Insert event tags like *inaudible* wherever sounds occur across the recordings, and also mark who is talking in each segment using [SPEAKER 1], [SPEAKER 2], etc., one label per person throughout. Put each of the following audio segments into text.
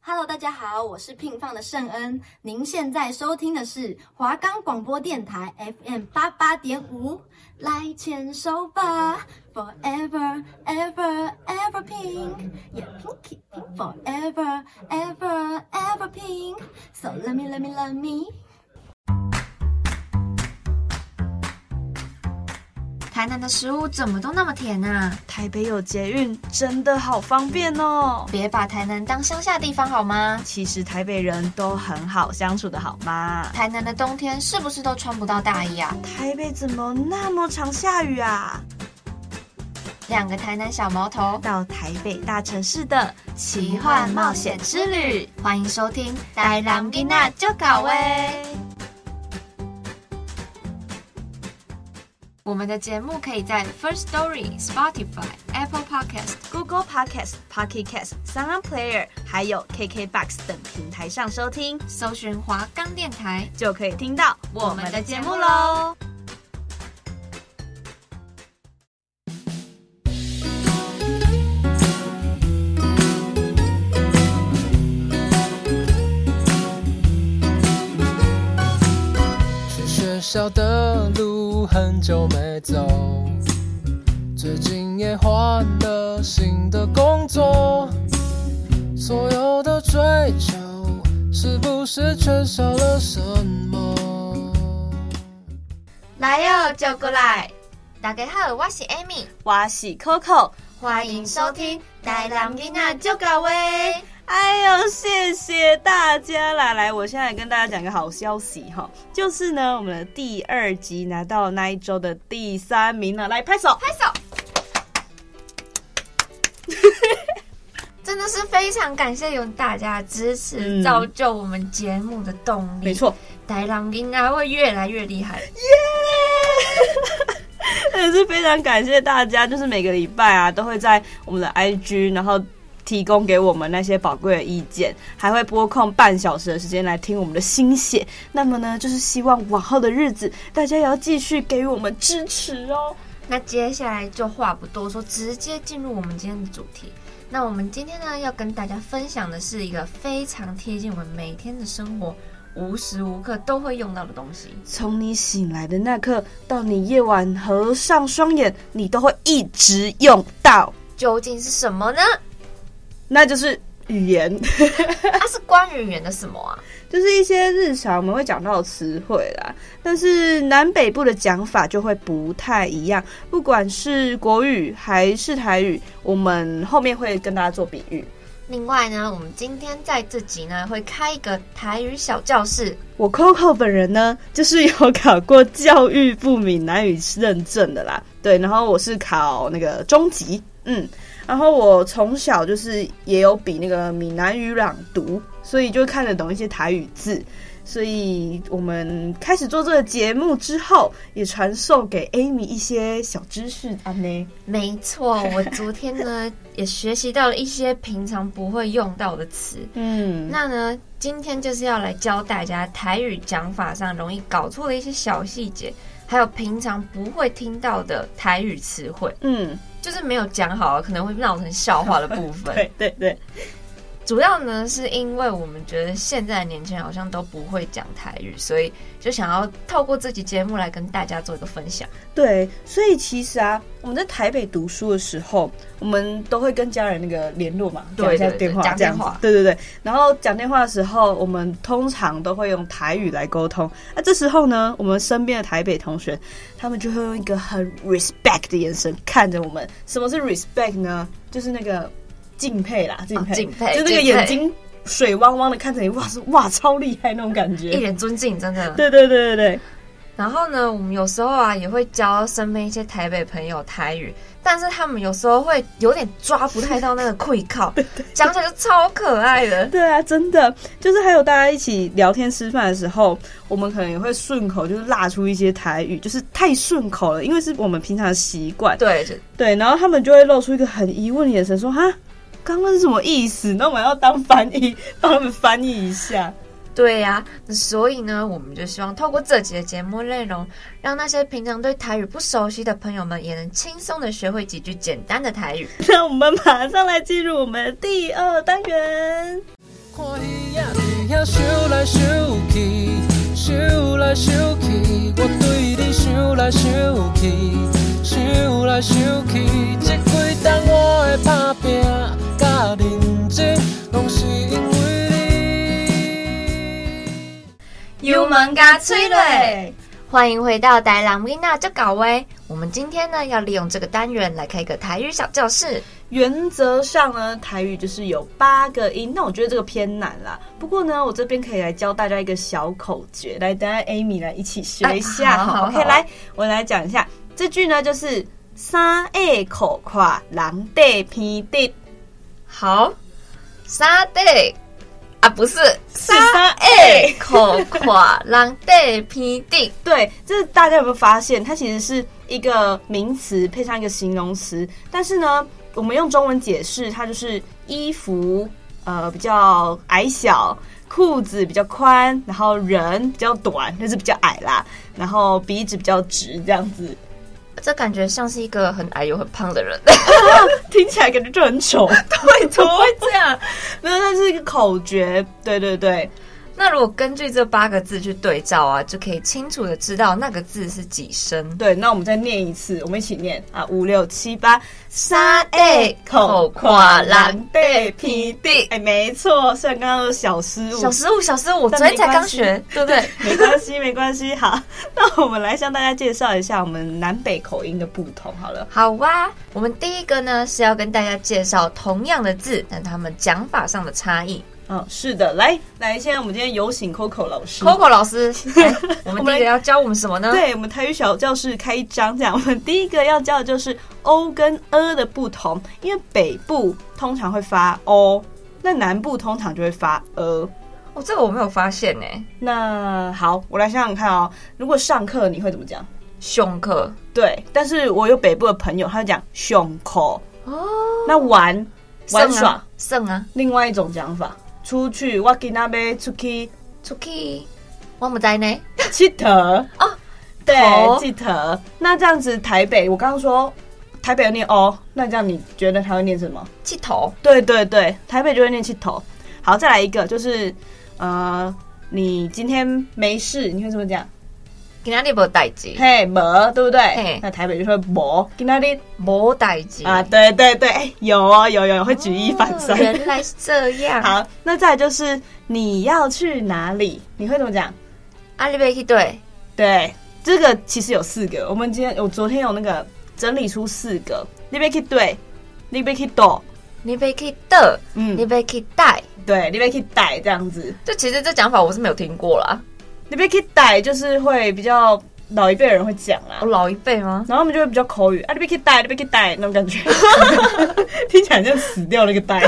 [SPEAKER 1] Hello，大家好，我是聘放的圣恩。您现在收听的是华冈广播电台 FM 八八点五，来牵手吧，Forever ever ever pink，Yeah pinky pink forever ever ever pink，So let me let me let me。
[SPEAKER 2] 台南的食物怎么都那么甜啊！
[SPEAKER 3] 台北有捷运，真的好方便哦。
[SPEAKER 2] 别把台南当乡下地方好吗？
[SPEAKER 3] 其实台北人都很好相处的，好吗？
[SPEAKER 2] 台南的冬天是不是都穿不到大衣啊？
[SPEAKER 3] 台北怎么那么常下雨啊？
[SPEAKER 2] 两个台南小毛头
[SPEAKER 3] 到台北大城市的
[SPEAKER 2] 奇幻冒险之旅，欢迎收听《台南囡仔就搞喂》。我们的节目可以在 First Story、Spotify、Apple Podcast、
[SPEAKER 3] Google Podcast、Pocket Cast、Sound On Player，还有 KKBox 等平台上收听，
[SPEAKER 2] 搜寻华冈电台
[SPEAKER 3] 就可以听到我们的节目喽。。
[SPEAKER 4] 去学校的路很久没走，最近也换了新的工作，所有的追求是不是缺少了什么？
[SPEAKER 2] 来哟、就过来！大家好，我是 Amy，
[SPEAKER 3] 我是 Coco，
[SPEAKER 2] 欢迎收听《台南囡仔就搞喂》。
[SPEAKER 3] 哎呦，谢谢大家啦！来，我现在跟大家讲个好消息哈，就是呢，我们的第二集拿到了那一周的第三名了，来拍手！
[SPEAKER 2] 拍手。真的是非常感谢有大家的支持，
[SPEAKER 3] 嗯
[SPEAKER 2] 造就我们节目的动力。
[SPEAKER 3] 没，错，
[SPEAKER 2] 台郎应该会越来越厉害。
[SPEAKER 3] 真的是非常感谢大家，就是每个礼拜啊，都会在我们的 IG，然后提供给我们那些宝贵的意见，还会拨空半小时的时间来听我们的心血。那么呢，就是希望往后的日子，大家也要继续给予我们支持哦。
[SPEAKER 2] 那接下来就话不多说，直接进入我们今天的主题。那我们今天呢，要跟大家分享的是一个非常贴近我们每天的生活，无时无刻都会用到的东西。
[SPEAKER 3] 从你醒来的那刻到你夜晚合上双眼，你都会一直用到，
[SPEAKER 2] 究竟是什么呢？
[SPEAKER 3] 那就是语言， *laughs*
[SPEAKER 2] 它、是关于语言的什么啊？
[SPEAKER 3] 就是一些日常我们会讲到的词汇啦。但是南北部的讲法就会不太一样，不管是国语还是台语，我们后面会跟大家做比喻。
[SPEAKER 2] 另外呢，我们今天在这集呢会开一个台语小教室，
[SPEAKER 3] 我 Coco 本人呢，就是有考过教育部闽南语认证的啦，对，然后我是考那个中级，嗯，然后我从小就是也有比那个闽南语朗读，所以就看得懂一些台语字，所以我们开始做这个节目之后，也传授给 Amy 一些小知识啊呢，
[SPEAKER 2] 没错，我昨天呢也学习到了一些平常不会用到的词。
[SPEAKER 3] 嗯，
[SPEAKER 2] 那呢，今天就是要来教大家台语讲法上容易搞错的一些小细节，还有平常不会听到的台语词汇，
[SPEAKER 3] 嗯，
[SPEAKER 2] 就是没有讲好，可能会闹成笑话的部
[SPEAKER 3] *laughs*
[SPEAKER 2] 分。
[SPEAKER 3] 对对对，
[SPEAKER 2] 主要呢，是因为我们觉得现在的年轻人好像都不会讲台语，所以就想要透过这期节目来跟大家做一个分享。
[SPEAKER 3] 对，所以其实啊，我们在台北读书的时候，我们都会跟家人那个联络嘛，
[SPEAKER 2] 对
[SPEAKER 3] 讲
[SPEAKER 2] 对
[SPEAKER 3] 一下
[SPEAKER 2] 对
[SPEAKER 3] 电话，
[SPEAKER 2] 讲
[SPEAKER 3] 这样
[SPEAKER 2] 电
[SPEAKER 3] 子
[SPEAKER 2] 话
[SPEAKER 3] 对对对。然后讲电话的时候，我们通常都会用台语来沟通。那、这时候呢，我们身边的台北同学，他们就会用一个很 respect 的眼神看着我们。什么是 respect 呢？就是那个敬佩啦，敬
[SPEAKER 2] 哦
[SPEAKER 3] 佩，
[SPEAKER 2] 啊敬佩
[SPEAKER 3] 就那
[SPEAKER 2] 敬佩
[SPEAKER 3] 个眼睛水汪汪的看着你，哇，是哇，超厉害那种感
[SPEAKER 2] 一
[SPEAKER 3] 觉。
[SPEAKER 2] 脸尊敬，真的。
[SPEAKER 3] 对对对对对，
[SPEAKER 2] 然后呢，我们有时候啊也会教身边一些台北朋友台语，但是他们有时候会有点抓不太到那个愧
[SPEAKER 3] *laughs*
[SPEAKER 2] 靠，讲起来就超可爱的。
[SPEAKER 3] 对啊，真的就是还有大家一起聊天吃饭的时候，我们可能也会顺口就是辣出一些台语，就是太顺口了，因为是我们平常的习惯。
[SPEAKER 2] 对，就
[SPEAKER 3] 对，然后他们就会露出一个很疑问的眼神，说：“哈，刚刚是什么意思？”那我们要当翻译，帮他们翻译一下。 *laughs*
[SPEAKER 2] 对呀、那所以呢，我们就希望透过这集的节目内容，让那些平常对台语不熟悉的朋友们，也能轻松的学会几句简单的台语。
[SPEAKER 3] 那我们马上来进入我们的第二单元。
[SPEAKER 4] 看来想去，想来想去，这几冬我的打拼甲认真，拢是因为你。
[SPEAKER 2] 油门加催泪。欢迎回到台朗维娜这搞威。我们今天呢，要利用这个单元来开个台语小教室。
[SPEAKER 3] 原则上呢，台语就是有八个音，那我觉得这个偏难啦。不过呢，我这边可以来教大家一个小口诀，来，等下 Amy 来一起学一下。
[SPEAKER 2] 哎好好
[SPEAKER 3] o
[SPEAKER 2] 好
[SPEAKER 3] k 来，我来讲一下这句呢，就是三下口跨狼对偏对，
[SPEAKER 2] 好，沙地啊，不是
[SPEAKER 3] 是三
[SPEAKER 2] 哎，口垮狼地平地，
[SPEAKER 3] 对，这大家有没有发现，它其实是一个名词配上一个形容词，但是呢，我们用中文解释，它就是衣服呃比较矮小，裤子比较宽，然后人比较短，就是比较矮啦，然后鼻子比较直，这样子 *laughs*
[SPEAKER 2] 这感觉像是一个很矮又很胖的人。 *laughs*
[SPEAKER 3] 听起来感觉就很丑。 *laughs* 对，怎么会这样？没 *laughs* 有，那是一个口诀。对对对，
[SPEAKER 2] 那如果根据这八个字去对照啊，就可以清楚的知道那个字是几声。
[SPEAKER 3] 对，那我们再念一次，我们一起念啊，五六七八，
[SPEAKER 2] 沙地口垮狼
[SPEAKER 3] 对皮
[SPEAKER 2] 地
[SPEAKER 3] 哎，没错，虽然刚刚有小失误，
[SPEAKER 2] 小失误，小失误，我
[SPEAKER 3] 但
[SPEAKER 2] 昨天才
[SPEAKER 3] 没
[SPEAKER 2] 刚
[SPEAKER 3] 关系
[SPEAKER 2] 学，对不对？
[SPEAKER 3] 嗯没关系，没关系。好，那我们来向大家介绍一下我们南北口音的不同。好了，
[SPEAKER 2] 好哇、我们第一个呢是要跟大家介绍同样的字，但他们讲法上的差异。
[SPEAKER 3] 嗯，是的，来来，现在我们今天有请 Coco 老师。
[SPEAKER 2] Coco 老师，来
[SPEAKER 3] *laughs*
[SPEAKER 2] 我们
[SPEAKER 3] 我们
[SPEAKER 2] 第一
[SPEAKER 3] 来
[SPEAKER 2] 个要教我们什么呢？
[SPEAKER 3] 嗯对我们台语小教室开一章，这样我们第一个要教的就是“欧”跟“呃”的不同，因为北部通常会发“欧”，那南部通常就会发“呃
[SPEAKER 2] 哦，这个我没有发现呢、”。
[SPEAKER 3] 那好，我来想想看哦，如果上课你会怎么讲？
[SPEAKER 2] 胸课
[SPEAKER 3] 对，但是我有北部的朋友，他就讲“胸口
[SPEAKER 2] 哦，”，
[SPEAKER 3] 那玩玩
[SPEAKER 2] 剩
[SPEAKER 3] 耍
[SPEAKER 2] 啊，，剩啊，
[SPEAKER 3] 另外一种讲法，出去我今仔要出去
[SPEAKER 2] 出去，我们在呢。
[SPEAKER 3] 佚佗
[SPEAKER 2] 哦，
[SPEAKER 3] 对，
[SPEAKER 2] 头
[SPEAKER 3] 佚佗。那这样子，台北我刚刚说台北要念哦，那这样你觉得他会念什么？
[SPEAKER 2] 气头
[SPEAKER 3] 对对对，台北就会念气头。好，再来一个，就是呃，你今天没事，你会怎么讲？
[SPEAKER 2] 今天你无代志，
[SPEAKER 3] 嘿，没，对不对
[SPEAKER 2] 嘿？嗯
[SPEAKER 3] 那台北就会没，今天你
[SPEAKER 2] 无代志
[SPEAKER 3] 啊，，对对对，哎有哦，有有有，会举一反三
[SPEAKER 2] 哦。原来是这样。
[SPEAKER 3] *laughs* 好，那再来就是你要去哪里？你会怎么讲？
[SPEAKER 2] 阿里贝去对，
[SPEAKER 3] 对，这个其实有四个。我们今天我昨天有那个整理出四个，你别去对，你别去躲，
[SPEAKER 2] 你贝去的，
[SPEAKER 3] 嗯
[SPEAKER 2] 你，贝去带。
[SPEAKER 3] 对，你别去带这样子，
[SPEAKER 2] 就其实这讲法我是没有听过啦，
[SPEAKER 3] 你别去带就是会比较老一辈的人会讲啦
[SPEAKER 2] 我，老一辈吗？
[SPEAKER 3] 然后他们就会比较口语啊，你别去带，你别去带那种
[SPEAKER 2] *laughs*
[SPEAKER 3] 感觉，听起来像死掉那个带。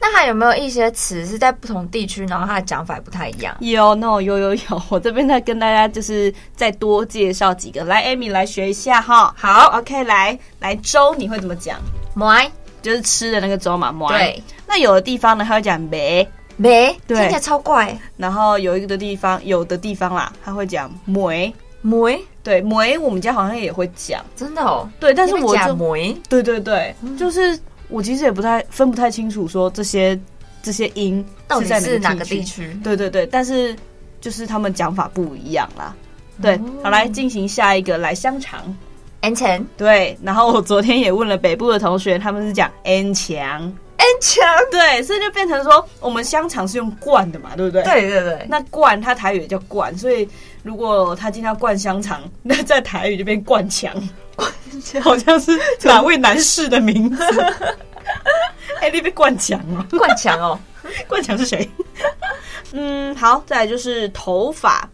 [SPEAKER 2] 那还有没有一些词是在不同地区，然后它的讲法也不太一样？
[SPEAKER 3] 有 no 有有有， *laughs* 我这边再跟大家就是再多介绍几个，来，Amy 来学一下哈。
[SPEAKER 2] 好，
[SPEAKER 3] OK，来来粥你会怎么讲？
[SPEAKER 2] 麦
[SPEAKER 3] 就是吃的那个粥嘛，馍。
[SPEAKER 2] 对
[SPEAKER 3] 那有的地方呢，它会讲梅，
[SPEAKER 2] 梅，听
[SPEAKER 3] 对
[SPEAKER 2] 起来超怪，
[SPEAKER 3] 然后有一个地方，有的地方啦，它会讲梅。
[SPEAKER 2] 梅
[SPEAKER 3] 对，梅我们家好像也会讲，
[SPEAKER 2] 真的哦。
[SPEAKER 3] 对，但是
[SPEAKER 2] 你们
[SPEAKER 3] 我
[SPEAKER 2] 讲
[SPEAKER 3] 就
[SPEAKER 2] 梅嗯
[SPEAKER 3] 对对对，就是我其实也不太分不太清楚说这些这些音
[SPEAKER 2] 到底
[SPEAKER 3] 在
[SPEAKER 2] 是哪
[SPEAKER 3] 哪
[SPEAKER 2] 个
[SPEAKER 3] 地
[SPEAKER 2] 地？区？
[SPEAKER 3] 对对对，但是就是他们讲法不一样啦。对，好来进行下一个，来香肠。
[SPEAKER 2] 安强，
[SPEAKER 3] 对，然后我昨天也问了北部的同学，他们是讲 n 强，
[SPEAKER 2] 安强，
[SPEAKER 3] 对，所以就变成说我们香肠是用灌的嘛，对不对？
[SPEAKER 2] 对对对，
[SPEAKER 3] 那灌它台语也叫灌，所以如果他今天要灌香肠， *laughs* 那在台语就变灌墙，好像是哪位男士的名 *laughs* 字。哎、你被灌墙哦，
[SPEAKER 2] 灌强哦，
[SPEAKER 3] 灌墙是谁？嗯，好，再来就是头发，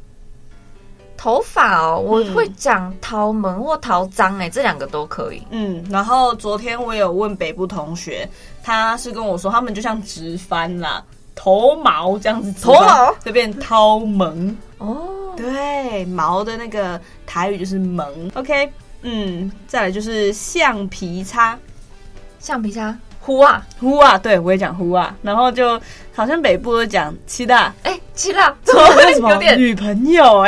[SPEAKER 2] 头发哦，我
[SPEAKER 3] 嗯
[SPEAKER 2] 会讲桃门或桃脏哎，这两个都可以。
[SPEAKER 3] 嗯，然后昨天我有问北部同学，他是跟我说他们就像直翻啦，头毛这样子直翻，
[SPEAKER 2] 头毛
[SPEAKER 3] 这边掏萌，
[SPEAKER 2] 哦，
[SPEAKER 3] 对，毛的那个台语就是萌，OK，嗯，再来就是橡皮擦，
[SPEAKER 2] 橡皮擦，糊啊，
[SPEAKER 3] 呼啊，对我也讲呼啊，然后就好像北部都讲七大，
[SPEAKER 2] 哎，七辣，*laughs*
[SPEAKER 3] 怎么会什 *laughs* 么
[SPEAKER 2] 有点？
[SPEAKER 3] 女朋友 *laughs*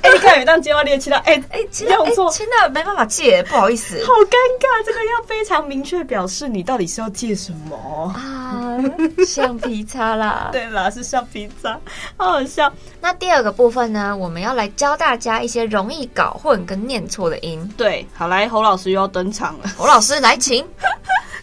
[SPEAKER 3] 哎、欸，哎、你看有当接话列七大，哎、
[SPEAKER 2] 哎，七辣，
[SPEAKER 3] 用
[SPEAKER 2] 哎，
[SPEAKER 3] 错
[SPEAKER 2] 七辣没办法 *laughs* 借，不好意思
[SPEAKER 3] 好尴尬，这个要非常明确表示你到底是要借什么。
[SPEAKER 2] 啊。啦，橡皮擦啦。
[SPEAKER 3] 对啦，是橡皮擦，好好笑。
[SPEAKER 2] 那第二个部分呢，我们要来教大家一些容易搞混跟念错的音。
[SPEAKER 3] 对，好来，侯老师又要登场了。 *laughs*
[SPEAKER 2] 侯老师来请。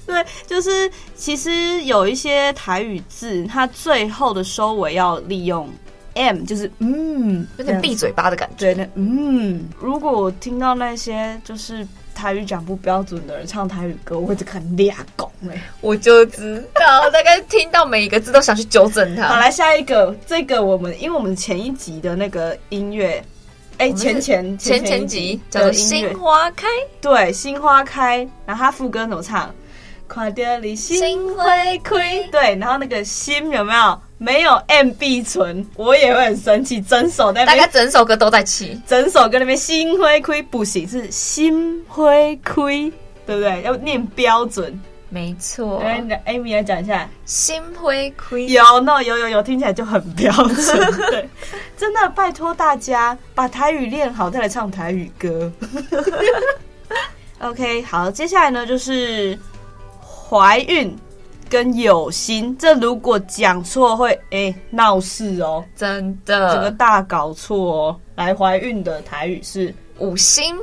[SPEAKER 3] 对，就是其实有一些台语字，它最后的收尾要利用 m，就是嗯，
[SPEAKER 2] 有点闭嘴巴的感觉。
[SPEAKER 3] 对，那嗯，如果我听到那些就是台语讲不标准的人唱台语歌，我会很俩拱哎。
[SPEAKER 2] 我就知道，大概听到每一个字都想去纠正
[SPEAKER 3] 好，
[SPEAKER 2] 它。
[SPEAKER 3] 来下一个，这个我们因为我们前一集的那个音乐，哎、
[SPEAKER 2] 我们是
[SPEAKER 3] 前前
[SPEAKER 2] 前前集叫做《
[SPEAKER 3] 音乐
[SPEAKER 2] 心花开，
[SPEAKER 3] 对，心花开，然后它副歌怎么唱？快点离心。
[SPEAKER 2] 心会开。
[SPEAKER 3] 对，然后那个心有没有没有 M B 存，我也会很生气，整首在那
[SPEAKER 2] *laughs* 大概
[SPEAKER 3] 边，
[SPEAKER 2] 整首歌都在气。
[SPEAKER 3] 整首歌那边心灰亏不行，是心灰亏，对不对？要念标准。
[SPEAKER 2] 没错，
[SPEAKER 3] 来、Amy 来讲一下，
[SPEAKER 2] 心会开。
[SPEAKER 3] 有 no 有有有，听起来就很标准。对，真的拜托大家把台语练好，再来唱台语歌。OK，好，接下来呢就是怀孕跟有心，这如果讲错会哎闹、事哦，
[SPEAKER 2] 真
[SPEAKER 3] 整个
[SPEAKER 2] 的
[SPEAKER 3] 大搞错哦。来，怀孕的台语是
[SPEAKER 2] 五星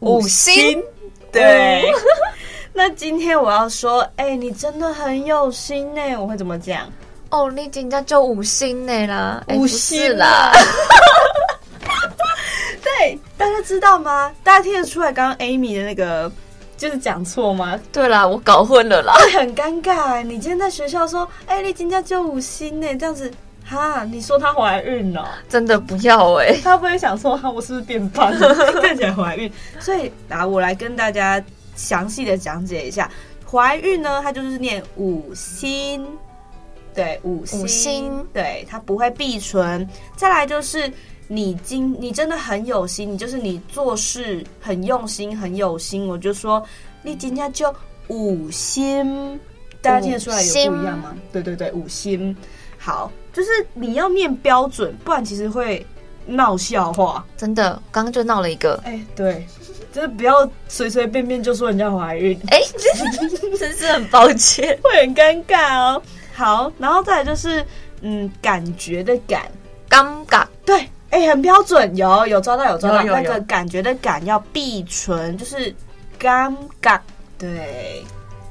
[SPEAKER 2] 五星，嗯
[SPEAKER 3] 对。 *laughs* 那今天我要说，哎、你真的很有心呢、我会怎么讲？
[SPEAKER 2] 哦，你真正就五星的啦，哎
[SPEAKER 3] 五
[SPEAKER 2] 不是
[SPEAKER 3] 星
[SPEAKER 2] 啦， *laughs*
[SPEAKER 3] 对，大家知道吗？大家听得出来刚刚 Amy 的那个就是讲错吗？
[SPEAKER 2] 对啦，我搞混了啦。
[SPEAKER 3] 会很尴尬、欸。你今天在学校说，哎、你今天就五星呢、这样子，哈，你说她怀孕了、
[SPEAKER 2] *laughs* 真的不要哎、
[SPEAKER 3] 她会不会想说，哈，我是不是变胖 *laughs* 了，看起来怀孕？所以啊，我来跟大家详细的讲解一下，怀孕呢，它就是念五星。对，五星，
[SPEAKER 2] 五星
[SPEAKER 3] 对，它不会闭唇。再来就是你今你真的很有心，你就是你做事很用心，很有心。我就说你今天就五星，大家听得出来有不一样吗？对对对，五星。好，就是你要念标准，不然其实会闹笑话。
[SPEAKER 2] 真的，刚刚就闹了一个，
[SPEAKER 3] 哎、对，就是不要随随便便就说人家怀孕，
[SPEAKER 2] 哎、 *laughs* 真是很抱歉。
[SPEAKER 3] *laughs* 会很尴尬哦。好，然后再来就是嗯，感觉的感。
[SPEAKER 2] 尴尬，
[SPEAKER 3] 对，哎、很标准，有有抓到有抓到，
[SPEAKER 2] 有有
[SPEAKER 3] 那
[SPEAKER 2] 有
[SPEAKER 3] 个感觉的感要闭唇，就是尴尬，对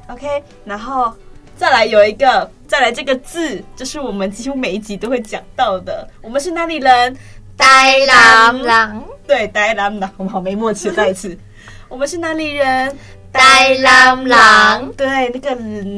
[SPEAKER 3] ，OK，然后再来有一个，再来这个字，就是我们几乎每一集都会讲到的，我们是哪里人？
[SPEAKER 2] 呆
[SPEAKER 3] 郎
[SPEAKER 2] 郎，
[SPEAKER 3] 对，呆兰的，我们好没默契，再
[SPEAKER 2] *laughs*
[SPEAKER 3] 一次，我们是哪里人？
[SPEAKER 2] 呆郎郎，
[SPEAKER 3] 对，那个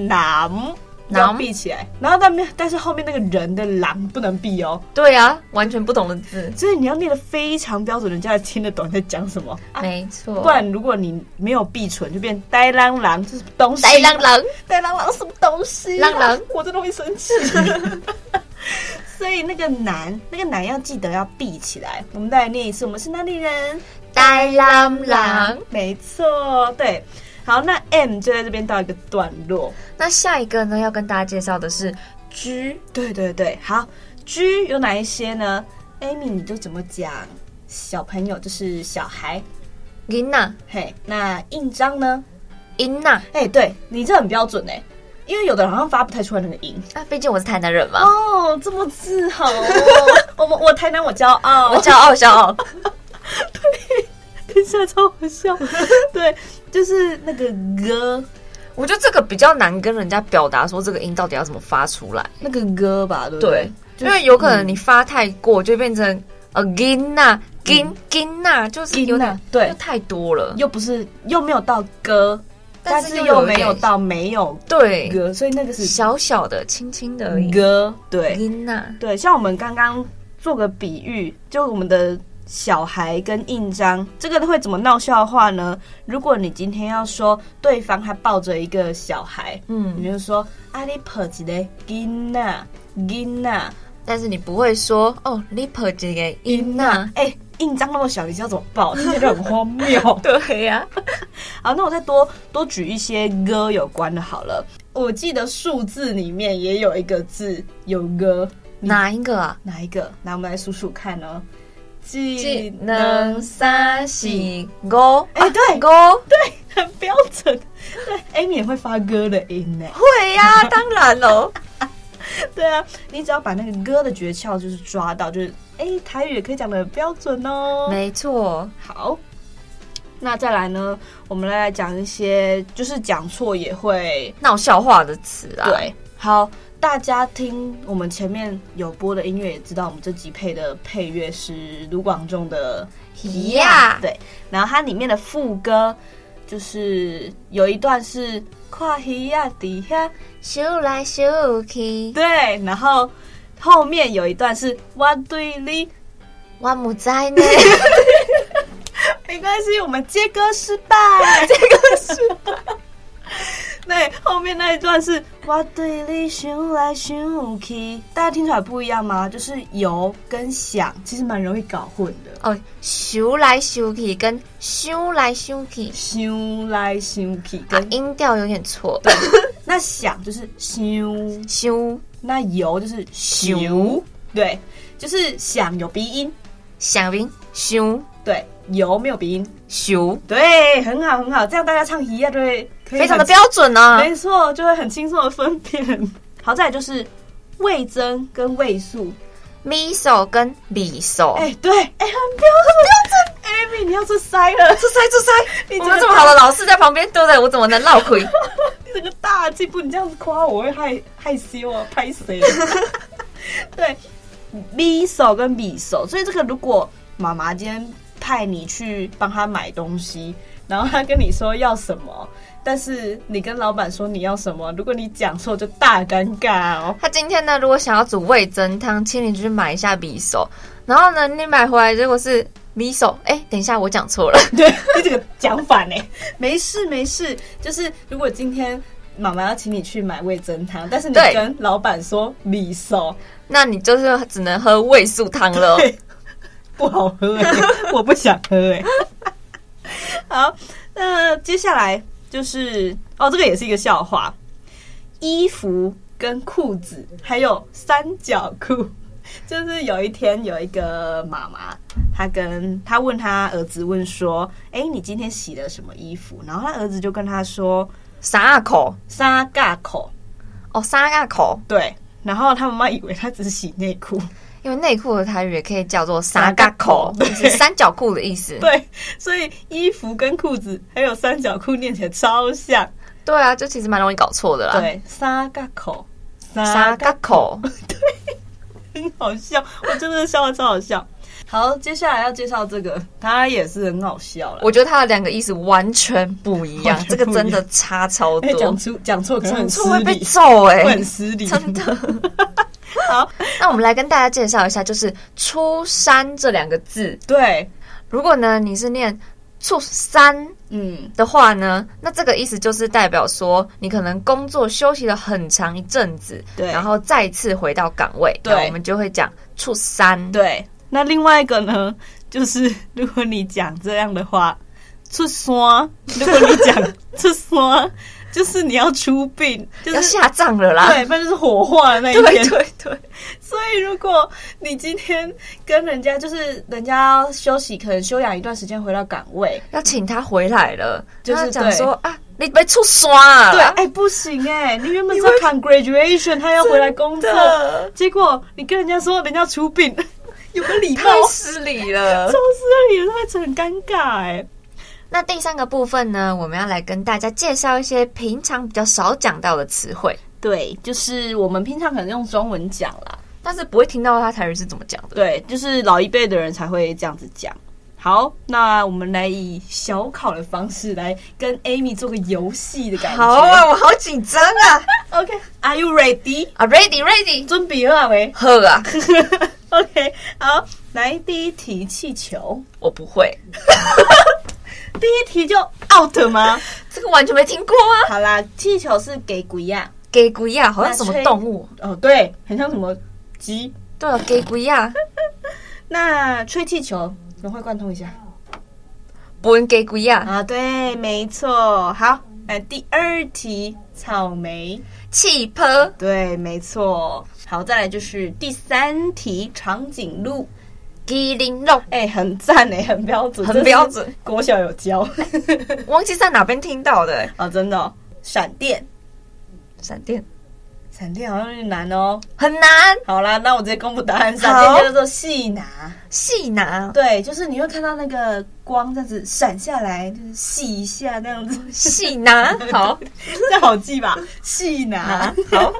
[SPEAKER 3] 狼。要闭起来，然后但没有，但是后面那个人的狼不能闭哦，
[SPEAKER 2] 对啊，完全不同的字，
[SPEAKER 3] 所以你要念的非常标准，人家才听得懂你在讲什么。啊
[SPEAKER 2] 没错
[SPEAKER 3] 不。然如果你没有闭唇，就变呆郎郎，这是东西。
[SPEAKER 2] 呆郎郎，
[SPEAKER 3] 呆郎郎什么东西、啊
[SPEAKER 2] 郎郎，
[SPEAKER 3] 我真的会生气。 *laughs* 所以那个男，那个男要记得要闭起来。我们再来念一次，我们是哪里人？
[SPEAKER 2] 呆郎郎。
[SPEAKER 3] 没错，对。好，那 M 就在这边到一个段落。
[SPEAKER 2] 那下一个呢，要跟大家介绍的是 G，
[SPEAKER 3] 对对对，好。G 有哪一些呢？Amy，你就怎么讲？小朋友就是小孩，
[SPEAKER 2] 银娜，
[SPEAKER 3] 嘿。那印章呢？
[SPEAKER 2] 银娜。
[SPEAKER 3] 哎、对你这很标准哎、因为有的人好像发不太出来那个音。
[SPEAKER 2] 啊，毕竟我是台南人嘛，
[SPEAKER 3] 哦，这么自豪哦！ *laughs* 我我我台南我骄傲，
[SPEAKER 2] 我骄傲骄傲。 *laughs*
[SPEAKER 3] 等一下超好 *laughs* 笑。对，就是那个歌，
[SPEAKER 2] 我觉得这个比较难跟人家表达说这个音到底要怎么发出来，
[SPEAKER 3] 那个歌吧，对不
[SPEAKER 2] 对
[SPEAKER 3] 对？，嗯
[SPEAKER 2] 因为有可能你发太过就变成 again 呐，gin gin 呐，就是有点
[SPEAKER 3] 呐嗯对
[SPEAKER 2] 就太多了，
[SPEAKER 3] 又不是又没有到歌，
[SPEAKER 2] 但
[SPEAKER 3] 但
[SPEAKER 2] 是
[SPEAKER 3] 是
[SPEAKER 2] 又
[SPEAKER 3] 又
[SPEAKER 2] 有
[SPEAKER 3] 没
[SPEAKER 2] 点
[SPEAKER 3] 有到没有
[SPEAKER 2] 对，
[SPEAKER 3] 歌，所以那个是
[SPEAKER 2] 小小的、轻轻的而已。
[SPEAKER 3] 歌。对
[SPEAKER 2] gin 呐，
[SPEAKER 3] 对，像我们刚刚做个比喻，就我们的。小孩跟印章，这个会怎么闹笑话呢？如果你今天要说对方他抱着一个小孩，你
[SPEAKER 2] 嗯，
[SPEAKER 3] 就说啊，你抱一个囡仔，囡仔，
[SPEAKER 2] 但是你不会说哦 l i p e r 这个音
[SPEAKER 3] *laughs*
[SPEAKER 2] 呐，
[SPEAKER 3] 哎、印章那么小，你是要怎么抱？听起来就很荒谬。
[SPEAKER 2] *laughs* 对呀，
[SPEAKER 3] 好，那我再多多举一些歌有关的好了。我记得数字里面也有一个字有歌，你
[SPEAKER 2] 哪一个啊？
[SPEAKER 3] 哪一个？来，我们来数数看哦。技
[SPEAKER 2] 技能三喜勾，啊
[SPEAKER 3] 哎对
[SPEAKER 2] 勾，
[SPEAKER 3] 对，很标准。对，Amy 也会发歌的音呢。
[SPEAKER 2] 会呀、当然
[SPEAKER 3] *laughs*
[SPEAKER 2] 喽。
[SPEAKER 3] 对啊，你只要把那个歌的诀窍就是抓到，就是哎、台语也可以讲的很标准哦。
[SPEAKER 2] 没错，
[SPEAKER 3] 好，那再来呢，我们来讲一些就是讲错也会
[SPEAKER 2] 闹笑话的词啊。，
[SPEAKER 3] 对，好，大家听我们前面有播的音乐，也知道我们这集配的配乐是卢广仲的《
[SPEAKER 2] 一呀
[SPEAKER 3] 对，然后它里面的副歌就是有一段是“跨一呀底下
[SPEAKER 2] 修来修”，去，
[SPEAKER 3] 对，然后后面有一段是“哇对哩
[SPEAKER 2] 我母在
[SPEAKER 3] *laughs*
[SPEAKER 2] 呢。”，
[SPEAKER 3] 没关系，我们接歌失败， *laughs* 接歌失败。 *laughs* 对，后面那一段是“哇对哩想来想去”，大家听出来不一样吗？就是“有”跟“想”，其实蛮容易搞混的。
[SPEAKER 2] 哦，修来修去跟修来修去，
[SPEAKER 3] 想来想去
[SPEAKER 2] 啊
[SPEAKER 3] 跟、，
[SPEAKER 2] 音调有点错。
[SPEAKER 3] *laughs* 那想就是想，
[SPEAKER 2] 修
[SPEAKER 3] 那游就是
[SPEAKER 2] 想
[SPEAKER 3] 游，对，就是想有鼻音，
[SPEAKER 2] 想明修
[SPEAKER 3] 对，游没有鼻音，
[SPEAKER 2] 修，
[SPEAKER 3] 对，很好很好，这样大家唱一样就会可以
[SPEAKER 2] 非常的
[SPEAKER 3] 很
[SPEAKER 2] 标准啊。
[SPEAKER 3] 没错，就会很轻松的分辨。 *laughs* 好，再来就是味增跟味素，
[SPEAKER 2] 咪手跟比手，
[SPEAKER 3] 哎、对，哎、很标准，标准。Amy，你要出塞了，出塞出塞， *laughs* 你
[SPEAKER 2] 我们这么好的老师在旁边，对不对？我怎么能
[SPEAKER 3] *laughs*
[SPEAKER 2] 落亏？
[SPEAKER 3] 你这个大进步，你这样子夸我会害害羞啊，拍谁？ *laughs* 对，米手跟米手，所以这个如果妈妈今天派你去帮她买东西，然后她跟你说要什么，但是你跟老板说你要什么，如果你讲错就大尴尬 *laughs* 哦。
[SPEAKER 2] 他今天呢，如果想要煮味增汤，请你去买一下米手。然后呢，你买回来结果是米手，哎，等一下我讲错了，
[SPEAKER 3] *laughs* 对，你这个讲反呢、没事没事，就是如果今天。妈妈要请你去买味增汤，但是你
[SPEAKER 2] 对
[SPEAKER 3] 跟老板说米手，
[SPEAKER 2] 那你就是只能喝味素汤了。哦
[SPEAKER 3] 对 *laughs* 不好喝、欸，我不想喝哎、 *laughs* 好，那接下来就是哦，这个也是一个笑话，衣服跟裤子还有三角裤。 *laughs* 就是有一天有一个妈妈，她跟她问她儿子问说：“哎、你今天洗了什么衣服？”然后她儿子就跟她说
[SPEAKER 2] 沙口：“
[SPEAKER 3] 沙嘎口。
[SPEAKER 2] 哦，沙嘎口”，
[SPEAKER 3] 对，然后她妈妈以为她只是洗内裤，
[SPEAKER 2] 因为内裤的台语也可以叫做沙嘎口，
[SPEAKER 3] 对
[SPEAKER 2] 就是三角裤的意思。
[SPEAKER 3] *laughs* 对，所以衣服跟裤子还有三角裤念起来超像。
[SPEAKER 2] 对啊，就其实蛮容易搞错的啦。
[SPEAKER 3] 对，沙嘎口，
[SPEAKER 2] 沙嘎口，
[SPEAKER 3] 很 *laughs* 好笑，我真的笑的超好笑。好，接下来要介绍这个，它也是很好笑了。
[SPEAKER 2] 我觉得它的两个意思完全不一样
[SPEAKER 3] 完，全
[SPEAKER 2] 这
[SPEAKER 3] 不一
[SPEAKER 2] 个
[SPEAKER 3] 样
[SPEAKER 2] 真的差超
[SPEAKER 3] 哎，讲
[SPEAKER 2] 多。
[SPEAKER 3] 出讲错可能
[SPEAKER 2] 讲
[SPEAKER 3] 很失
[SPEAKER 2] 错会被
[SPEAKER 3] *laughs* 礼，
[SPEAKER 2] 揍哎、
[SPEAKER 3] 会很失礼。
[SPEAKER 2] 真的。
[SPEAKER 3] 好，
[SPEAKER 2] *laughs* 那我们来跟大家介绍一下，就是“出山”这两个字。
[SPEAKER 3] *laughs* 对，
[SPEAKER 2] 如果呢你是念“出山
[SPEAKER 3] 嗯”，
[SPEAKER 2] 的话呢，那这个意思就是代表说你可能工作休息了很长一阵子，
[SPEAKER 3] 对
[SPEAKER 2] 然后再次回到岗位，
[SPEAKER 3] 对
[SPEAKER 2] 那我们就会讲“出山”。
[SPEAKER 3] 对。那另外一个呢，就是 *laughs* 如果你讲这样的话，出山；如果你讲出山，就是你要出殡，就
[SPEAKER 2] 要
[SPEAKER 3] 是
[SPEAKER 2] 下葬了啦。
[SPEAKER 3] 对，那就是火化的那一
[SPEAKER 2] 对
[SPEAKER 3] 天。
[SPEAKER 2] 对对，
[SPEAKER 3] 所以，如果你今天跟人家就是人家要休息，可能休养一段时间回到岗位，
[SPEAKER 2] 要请他回来了，
[SPEAKER 3] 就是
[SPEAKER 2] 那讲
[SPEAKER 3] 对
[SPEAKER 2] 说啊，你被出山啊，
[SPEAKER 3] 对，哎、不行哎、你原本是要看 graduation，他要回来工作
[SPEAKER 2] 真，的
[SPEAKER 3] 结果你跟人家说人家出殡，有个礼貌，
[SPEAKER 2] 太
[SPEAKER 3] 超
[SPEAKER 2] 失礼了
[SPEAKER 3] 失。礼了，会很尴尬哎、
[SPEAKER 2] 那第三个部分呢，我们要来跟大家介绍一些平常比较少讲到的词汇，
[SPEAKER 3] 对，就是我们平常可能用中文讲啦，
[SPEAKER 2] 但是不会听到他台语是怎么讲的。
[SPEAKER 3] 对，就是老一辈的人才会这样子讲。好，那我们来以小考的方式来跟 Amy 做个游戏的感觉。
[SPEAKER 2] 好啊，我好紧张啊！
[SPEAKER 3] OK，Are、you ready？
[SPEAKER 2] 啊，ready ready，
[SPEAKER 3] 准备好啊喂
[SPEAKER 2] 喝啊！
[SPEAKER 3] *laughs* ，OK，好，来第一题气球，
[SPEAKER 2] 我不会，
[SPEAKER 3] 第一题就 out 吗？
[SPEAKER 2] 这个完全没听过啊。
[SPEAKER 3] 好啦，气球是给鬼啊呀，
[SPEAKER 2] 给鬼呀，好像什么动物？
[SPEAKER 3] 哦对，很像什么鸡。
[SPEAKER 2] 对啊，给鬼呀，
[SPEAKER 3] 那吹气球，融会贯通一下
[SPEAKER 2] 本给鬼呀，
[SPEAKER 3] 啊，对，没错。好，来第二题草莓，
[SPEAKER 2] 气泡
[SPEAKER 3] 对，没错。好，再来就是第三题长颈鹿，
[SPEAKER 2] 鸡零肉，
[SPEAKER 3] 哎、很赞哎、很标准，
[SPEAKER 2] 很标准。
[SPEAKER 3] 国小有教 *laughs*
[SPEAKER 2] 忘记在哪边听到的、欸
[SPEAKER 3] 啊，真的哦、闪电，
[SPEAKER 2] 闪电
[SPEAKER 3] 闪电好像有点难哦。
[SPEAKER 2] 很难，
[SPEAKER 3] 好啦，那我直接公布答案，闪
[SPEAKER 2] 好
[SPEAKER 3] 电叫做细拿。
[SPEAKER 2] 细拿，
[SPEAKER 3] 对，就是你会看到那个光这样子闪下来，就是细一下那样子，
[SPEAKER 2] 细拿，
[SPEAKER 3] *laughs*
[SPEAKER 2] 好，
[SPEAKER 3] 这样好记吧？细拿 *laughs*
[SPEAKER 2] 拿，好，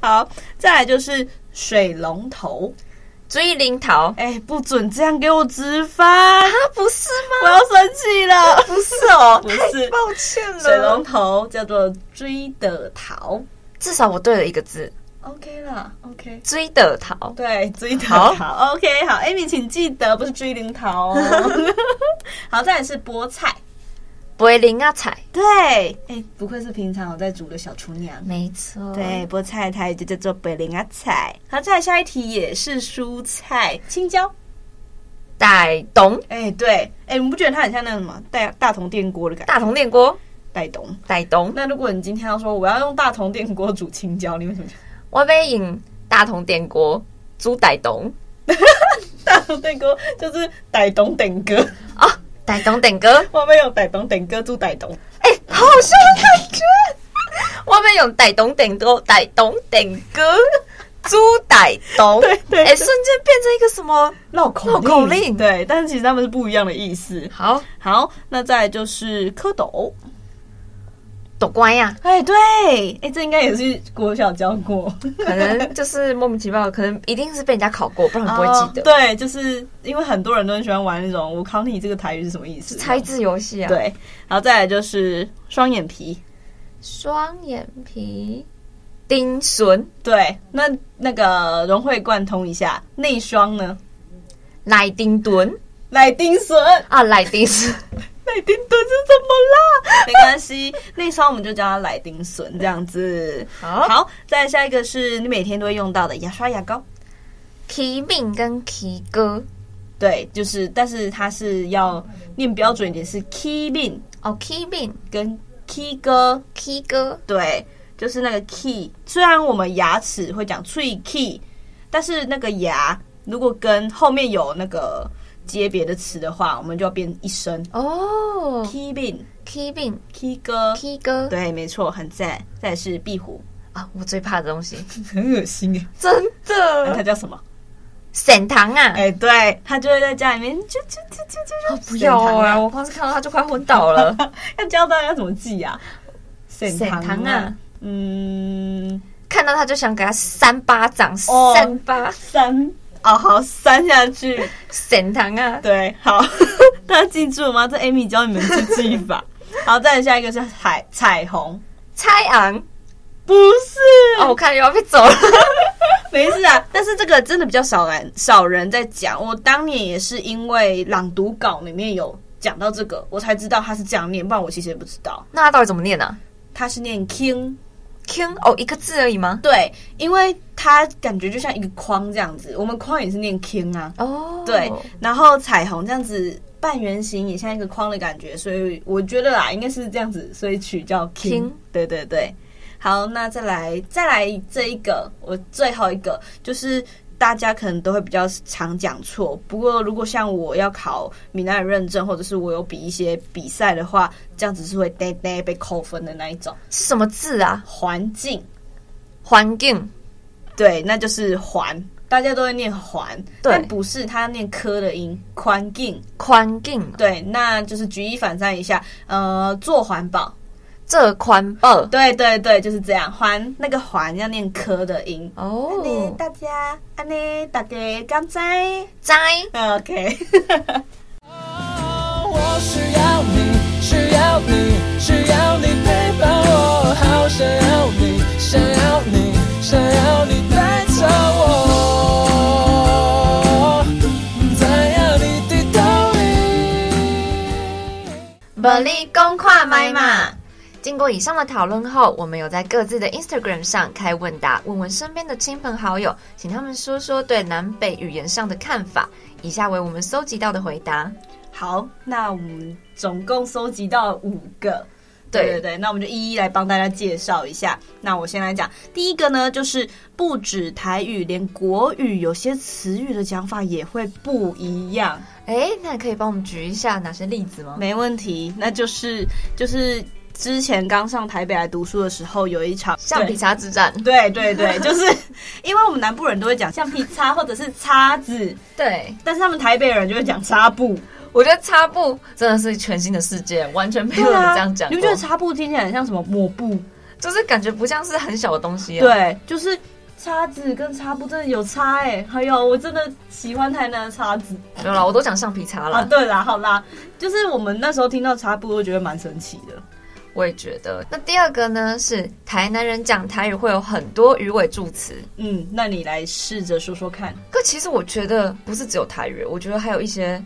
[SPEAKER 3] 好，再来就是水龙头。
[SPEAKER 2] 追零桃，
[SPEAKER 3] 哎、不准这样给我直翻，
[SPEAKER 2] 啊，不是
[SPEAKER 3] 我
[SPEAKER 2] 吗？
[SPEAKER 3] 要生气了。
[SPEAKER 2] 不是哦，
[SPEAKER 3] 不是
[SPEAKER 2] 太抱歉了。
[SPEAKER 3] *laughs* 水龙头叫做追的桃
[SPEAKER 2] 至少我对了一个字，
[SPEAKER 3] ，OK 啦，OK。
[SPEAKER 2] 追的桃。
[SPEAKER 3] 对，追的
[SPEAKER 2] 好
[SPEAKER 3] 桃，OK，好，Amy，请记得不是追灵桃 *laughs* 哦。好，再来是菠菜。
[SPEAKER 2] 柏林啊彩，
[SPEAKER 3] 对，哎、不愧是平常有在煮的小厨娘。
[SPEAKER 2] 没错，
[SPEAKER 3] 对，，菠菜它也就叫做北林阿菜。好，再来下一题也是蔬菜，青椒。
[SPEAKER 2] 傣董
[SPEAKER 3] 哎、对，哎、你不觉得它很像那个什么大大同电锅的感觉？
[SPEAKER 2] 大同电锅，
[SPEAKER 3] 带动。
[SPEAKER 2] 傣董，
[SPEAKER 3] 那如果你今天要说我要用大同电锅煮青椒，你为什么讲
[SPEAKER 2] 我被引大同电锅，猪傣董
[SPEAKER 3] 大同电锅就是傣东等哥， *laughs*
[SPEAKER 2] 啊，傣董点歌，
[SPEAKER 3] 我们用傣东等哥煮傣东。
[SPEAKER 2] 哎、好像感觉，我被用傣董点歌，傣董点歌，猪傣董，
[SPEAKER 3] *laughs* 对对
[SPEAKER 2] 哎、
[SPEAKER 3] 对
[SPEAKER 2] 瞬间变成一个什么？
[SPEAKER 3] 绕口
[SPEAKER 2] 绕口令
[SPEAKER 3] 对，但是其实他们是不一样的意思。
[SPEAKER 2] 好，
[SPEAKER 3] 好，那再来就是蝌蚪。
[SPEAKER 2] 懂乖呀、
[SPEAKER 3] 哎、对，哎、这应该也是国小教
[SPEAKER 2] *laughs*
[SPEAKER 3] 过。
[SPEAKER 2] 可能就是莫名其妙，可能一定是被人家考过，不然不会记得。
[SPEAKER 3] 哦对，就是因为很多人都很喜欢玩那种“我考你”这个台语是什么意思？
[SPEAKER 2] 猜字游戏啊，
[SPEAKER 3] 对，然后再来就是双眼皮。
[SPEAKER 2] 双眼皮，丁纯，
[SPEAKER 3] 对，那那个融会贯通一下，内双呢？
[SPEAKER 2] 赖丁墩
[SPEAKER 3] 奶丁笋，
[SPEAKER 2] 啊，赖丁
[SPEAKER 3] *laughs*
[SPEAKER 2] 是
[SPEAKER 3] 奶丁笋是怎么 *laughs* 啦？没关系，内双我们就叫它奶丁笋这样子。
[SPEAKER 2] 好
[SPEAKER 3] 好，再来下一个是你每天都会用到的牙刷、牙膏。
[SPEAKER 2] 起命跟起歌
[SPEAKER 3] 对，就是，但是它是要念标准一点，是 key bin
[SPEAKER 2] 哦，起命
[SPEAKER 3] 跟 key 哥。
[SPEAKER 2] 起歌
[SPEAKER 3] 对，就是那个 key。虽然我们牙齿会讲脆 key，但是那个牙如果跟后面有那个接别的词的话，我们就要变一声
[SPEAKER 2] 哦，
[SPEAKER 3] key bin
[SPEAKER 2] 起命
[SPEAKER 3] key 哥。
[SPEAKER 2] 起歌
[SPEAKER 3] 对，没错，很赞。再来是壁虎，
[SPEAKER 2] 啊，我最怕的东西，
[SPEAKER 3] 很恶心哎。
[SPEAKER 2] 真
[SPEAKER 3] 那它
[SPEAKER 2] 的
[SPEAKER 3] *laughs* 叫什么？
[SPEAKER 2] 沈堂啊，
[SPEAKER 3] 哎、对，它就会在家里面啾啾啾啾啾
[SPEAKER 2] 哦不要
[SPEAKER 3] 沈堂
[SPEAKER 2] 啊，
[SPEAKER 3] 啊
[SPEAKER 2] 我光是看到他就快昏倒
[SPEAKER 3] *laughs*
[SPEAKER 2] 了。
[SPEAKER 3] 要教大家怎么记啊？沈
[SPEAKER 2] 沈堂啊，
[SPEAKER 3] 嗯，
[SPEAKER 2] 看到他就想给他三巴掌，
[SPEAKER 3] 哦
[SPEAKER 2] 三巴
[SPEAKER 3] 三哦，好，三下去。
[SPEAKER 2] 沈堂啊，
[SPEAKER 3] 对，好， *laughs* 大家记住了吗？这 Amy 教你们的记法。好，再来下一个是彩彩虹，
[SPEAKER 2] 猜昂
[SPEAKER 3] 不是
[SPEAKER 2] 哦，我看又要被走了。
[SPEAKER 3] 没事啊。但是这个真的比较少人少人在讲。我当年也是因为朗读稿里面有讲到这个，我才知道他是这样念，不然我其实也不知道
[SPEAKER 2] 那他到底怎么念呢
[SPEAKER 3] 他是念 king。
[SPEAKER 2] ？king 哦，一个字而已吗？
[SPEAKER 3] 对，因为他感觉就像一个框这样子，我们框也是念 king 啊。
[SPEAKER 2] 哦，
[SPEAKER 3] 对，然后彩虹这样子半圆形也像一个框的感觉，所以我觉得啦，应该是这样子，所以取叫 King。
[SPEAKER 2] King
[SPEAKER 3] 对对对，好，那再来再来这一个，我最后一个就是。大家可能都会比较常讲错，不过如果像我要考闽南语认证，或者是我有比一些比赛的话，这样子是会呆呆被扣分的那一种。
[SPEAKER 2] 是什么字啊？
[SPEAKER 3] 环境，
[SPEAKER 2] 环境
[SPEAKER 3] 对，那就是环，大家都会念环，
[SPEAKER 2] 对
[SPEAKER 3] 但不是它念科的音，环境。
[SPEAKER 2] 环境哦，
[SPEAKER 3] 对，那就是举一反三一下，呃，做环保，
[SPEAKER 2] 这环保
[SPEAKER 3] 对对对，就是这样，环那个环要念科的音。安呢，
[SPEAKER 2] 哦，
[SPEAKER 3] 大家，安呢，大家刚才
[SPEAKER 2] 摘
[SPEAKER 3] ，OK， *laughs*
[SPEAKER 4] 我需要你，需要你，需要你陪伴我，好想要你，想要你，想要你带着我，在爱你的道理。
[SPEAKER 2] 不利公跨麦嘛。经过以上的讨论后，我们有在各自的 Instagram 上开问答，问问身边的亲朋好友，请他们说说对南北语言上的看法。以下为我们搜集到的回答。
[SPEAKER 3] 好，那我们总共收集到五个，
[SPEAKER 2] 对
[SPEAKER 3] 对对，那我们就一一来帮大家介绍一下。那我先来讲，第一个呢，就是不止台语，连国语有些词语的讲法也会不一样。
[SPEAKER 2] 哎，那你可以帮我们举一下哪些例子吗？
[SPEAKER 3] 没问题，那就是就是之前刚上台北来读书的时候，有一场
[SPEAKER 2] 橡皮擦之战，
[SPEAKER 3] 对对对，对 *laughs* 就是因为我们南部人都会讲橡皮擦或者是叉子，
[SPEAKER 2] 对
[SPEAKER 3] 但是他们台北人就会讲擦布。
[SPEAKER 2] 我觉得擦布真的是全新的世界，完全没有
[SPEAKER 3] 对
[SPEAKER 2] 人
[SPEAKER 3] 啊，
[SPEAKER 2] 这样讲
[SPEAKER 3] 你
[SPEAKER 2] 过，
[SPEAKER 3] 不觉得擦布听起来很像什么抹布？
[SPEAKER 2] 就是感觉不像是很小的东西、啊。，
[SPEAKER 3] 对，就是叉子跟擦布真的有差哎、还有，我真的喜欢台南的叉子
[SPEAKER 2] 没有啦，我都讲橡皮擦啦。
[SPEAKER 3] 啊。对啦，好啦，就是我们那时候听到擦布，我觉得蛮神奇的。
[SPEAKER 2] 我也觉得。那第二个呢是台南人讲台语会有很多语尾助词，
[SPEAKER 3] 嗯，那你来试着说说看。
[SPEAKER 2] 可其实我觉得不是只有台语，我觉得还有一些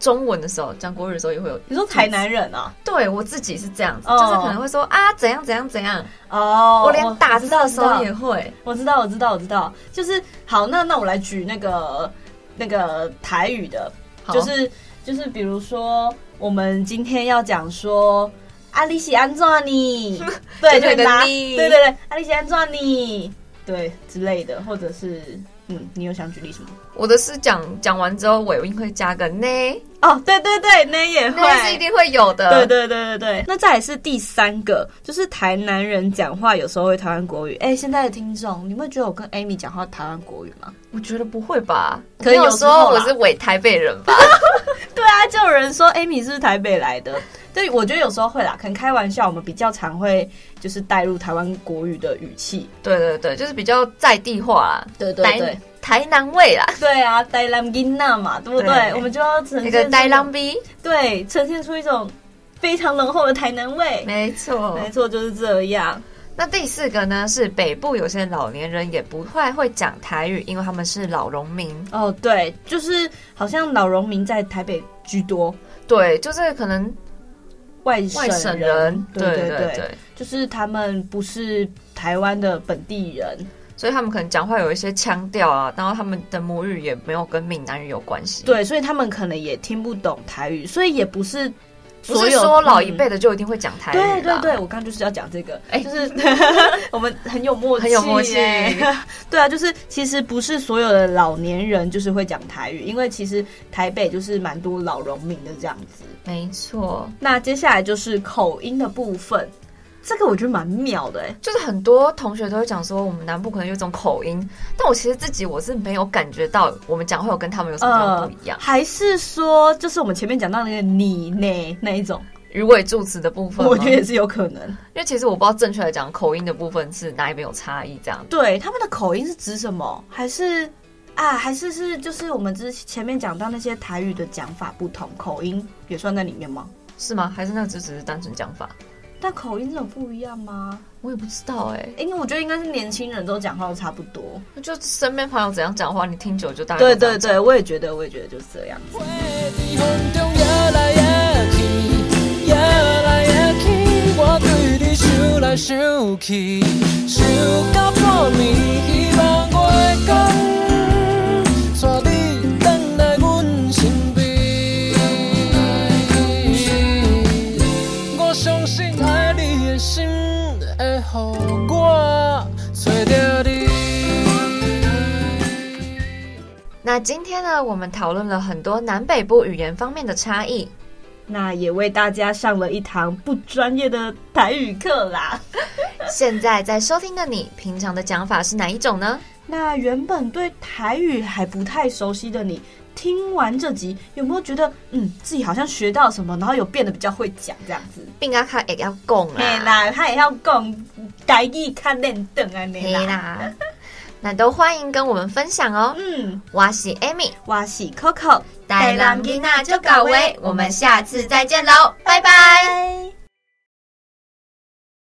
[SPEAKER 2] 中文的时候讲国语的时候也会有。
[SPEAKER 3] 你说台南人啊？
[SPEAKER 2] 对我自己是这样子，
[SPEAKER 3] 哦
[SPEAKER 2] 就是可能会说啊怎样怎样怎样，
[SPEAKER 3] 哦
[SPEAKER 2] 我连打字的时候
[SPEAKER 3] 知
[SPEAKER 2] 也
[SPEAKER 3] 道
[SPEAKER 2] 会。
[SPEAKER 3] 我知道，我知道，我知道，就是好，那那我来举那个那个台语的，
[SPEAKER 2] 好
[SPEAKER 3] 就是就是比如说我们今天要讲说。阿里喜安
[SPEAKER 2] *laughs*
[SPEAKER 3] 壮你，对，
[SPEAKER 2] 就那
[SPEAKER 3] 就
[SPEAKER 2] 个
[SPEAKER 3] 拿，
[SPEAKER 2] 你
[SPEAKER 3] 对对对，阿里喜安壮你，对之类的，或者是，嗯，你有想举例什么？
[SPEAKER 2] 我的是讲讲完之后尾音会加个呢，
[SPEAKER 3] 哦，对对对，那也会，
[SPEAKER 2] 那是一定会有的。
[SPEAKER 3] 对对对对对，那再来是第三个，就是台南人讲话有时候会台湾国语。哎、现在的听众，你们觉得我跟 Amy 讲话台湾国语吗？
[SPEAKER 2] 我觉得不会吧？
[SPEAKER 3] 可能
[SPEAKER 2] 你有
[SPEAKER 3] 有
[SPEAKER 2] 时
[SPEAKER 3] 时
[SPEAKER 2] 候
[SPEAKER 3] 候啦
[SPEAKER 2] 我是伪台北人吧？
[SPEAKER 3] 对啊，就有人说 Amy 是不是台北来的？ *laughs* 对，我觉得有时候会啦，可能开玩笑，我们比较常会就是带入台湾国语的语气。
[SPEAKER 2] *laughs* 对对对，就是比较在地化啦，
[SPEAKER 3] 对对对
[SPEAKER 2] 台，台南味 *laughs* 啦，
[SPEAKER 3] *laughs* 对啊，呆浪金娜嘛，对不对？
[SPEAKER 2] 对
[SPEAKER 3] 我们就要呈
[SPEAKER 2] 那
[SPEAKER 3] 现
[SPEAKER 2] 个
[SPEAKER 3] 出
[SPEAKER 2] 呆浪，逼，
[SPEAKER 3] 对，呈现出一种非常浓厚的台南味。
[SPEAKER 2] 没错。
[SPEAKER 3] 没错，就是这样。
[SPEAKER 2] 那第四个呢是北部有些老年人也不太会讲台语，因为他们是老农民。
[SPEAKER 3] 哦，对，就是好像老农民在台北居多，
[SPEAKER 2] 对，就是可能
[SPEAKER 3] 外省
[SPEAKER 2] 外省
[SPEAKER 3] 人
[SPEAKER 2] 人，，
[SPEAKER 3] 对
[SPEAKER 2] 对
[SPEAKER 3] 对就是他们不是台湾的本地人，
[SPEAKER 2] 所以他们可能讲话有一些腔调啊，然后他们的母语也没有跟闽南语有关系。，
[SPEAKER 3] 对，所以他们可能也听不懂台语，所以也不是
[SPEAKER 2] 不
[SPEAKER 3] 所
[SPEAKER 2] 是
[SPEAKER 3] 有
[SPEAKER 2] 说老一
[SPEAKER 3] 嗯
[SPEAKER 2] 辈的就一定会讲台语啦
[SPEAKER 3] 对对对，我刚刚就是要讲这个，
[SPEAKER 2] 哎
[SPEAKER 3] 就是 *laughs* 我们很有默契，
[SPEAKER 2] 很有默契
[SPEAKER 3] 对啊，就是其实不是所有的老年人就是会讲台语，因为其实台北就是蛮多老农民的这样子。
[SPEAKER 2] 没错，
[SPEAKER 3] 那接下来就是口音的部分，这个我觉得蛮妙的哎、
[SPEAKER 2] 就是很多同学都会讲说，我们南部可能有一种口音，但我其实自己我是没有感觉到我们讲话有跟他们有什么样
[SPEAKER 3] 呃
[SPEAKER 2] 不一样。
[SPEAKER 3] 还是说就是我们前面讲到那个你呢那一种，
[SPEAKER 2] 语尾助词的部分吗，
[SPEAKER 3] 我觉得也是有可能。
[SPEAKER 2] 因为其实我不知道正确来讲口音的部分是哪一边有差异这样。
[SPEAKER 3] 对，他们的口音是指什么？还是啊，还是是就是我们之前面讲到那些台语的讲法不同，口音也算在里面吗？
[SPEAKER 2] 是吗？还是那只只是单纯讲法？
[SPEAKER 3] 但口音真的不一样吗？
[SPEAKER 2] 我也不知道哎、
[SPEAKER 3] 因为我觉得应该是年轻人都讲话都差不多。
[SPEAKER 2] 就身边朋友怎样讲话，你听久就大概
[SPEAKER 3] 对
[SPEAKER 2] 知道
[SPEAKER 3] 对对，我也觉得，我也觉得就是这样。
[SPEAKER 4] 话在风中摇来摇去，摇来摇去，我对你想来想去，想到破眠，希望月光带你返来阮身边。我相信爱你的心会予我找到你。
[SPEAKER 2] 那今天呢，我们讨论了很多南北部语言方面的差异。
[SPEAKER 3] 那也为大家上了一堂不专业的台语课啦。
[SPEAKER 2] 现在在收听的你，平常的讲法是哪一种呢？
[SPEAKER 3] 那原本对台语还不太熟悉的你，听完这集有没有觉得，嗯，自己好像学到什么，然后有变得比较会讲这样子？
[SPEAKER 2] 并阿卡也要供
[SPEAKER 3] *laughs* 嘿啦，他也要讲台语较认真安尼
[SPEAKER 2] 黑
[SPEAKER 3] 啦。
[SPEAKER 2] 啦，那都欢迎跟我们分享哦。
[SPEAKER 3] 嗯，
[SPEAKER 2] 我是 Amy，
[SPEAKER 3] 我是 Coco，
[SPEAKER 2] 带
[SPEAKER 3] 台南
[SPEAKER 2] 囡仔就搞位，我们下次再见喽，拜拜。
[SPEAKER 3] 拜。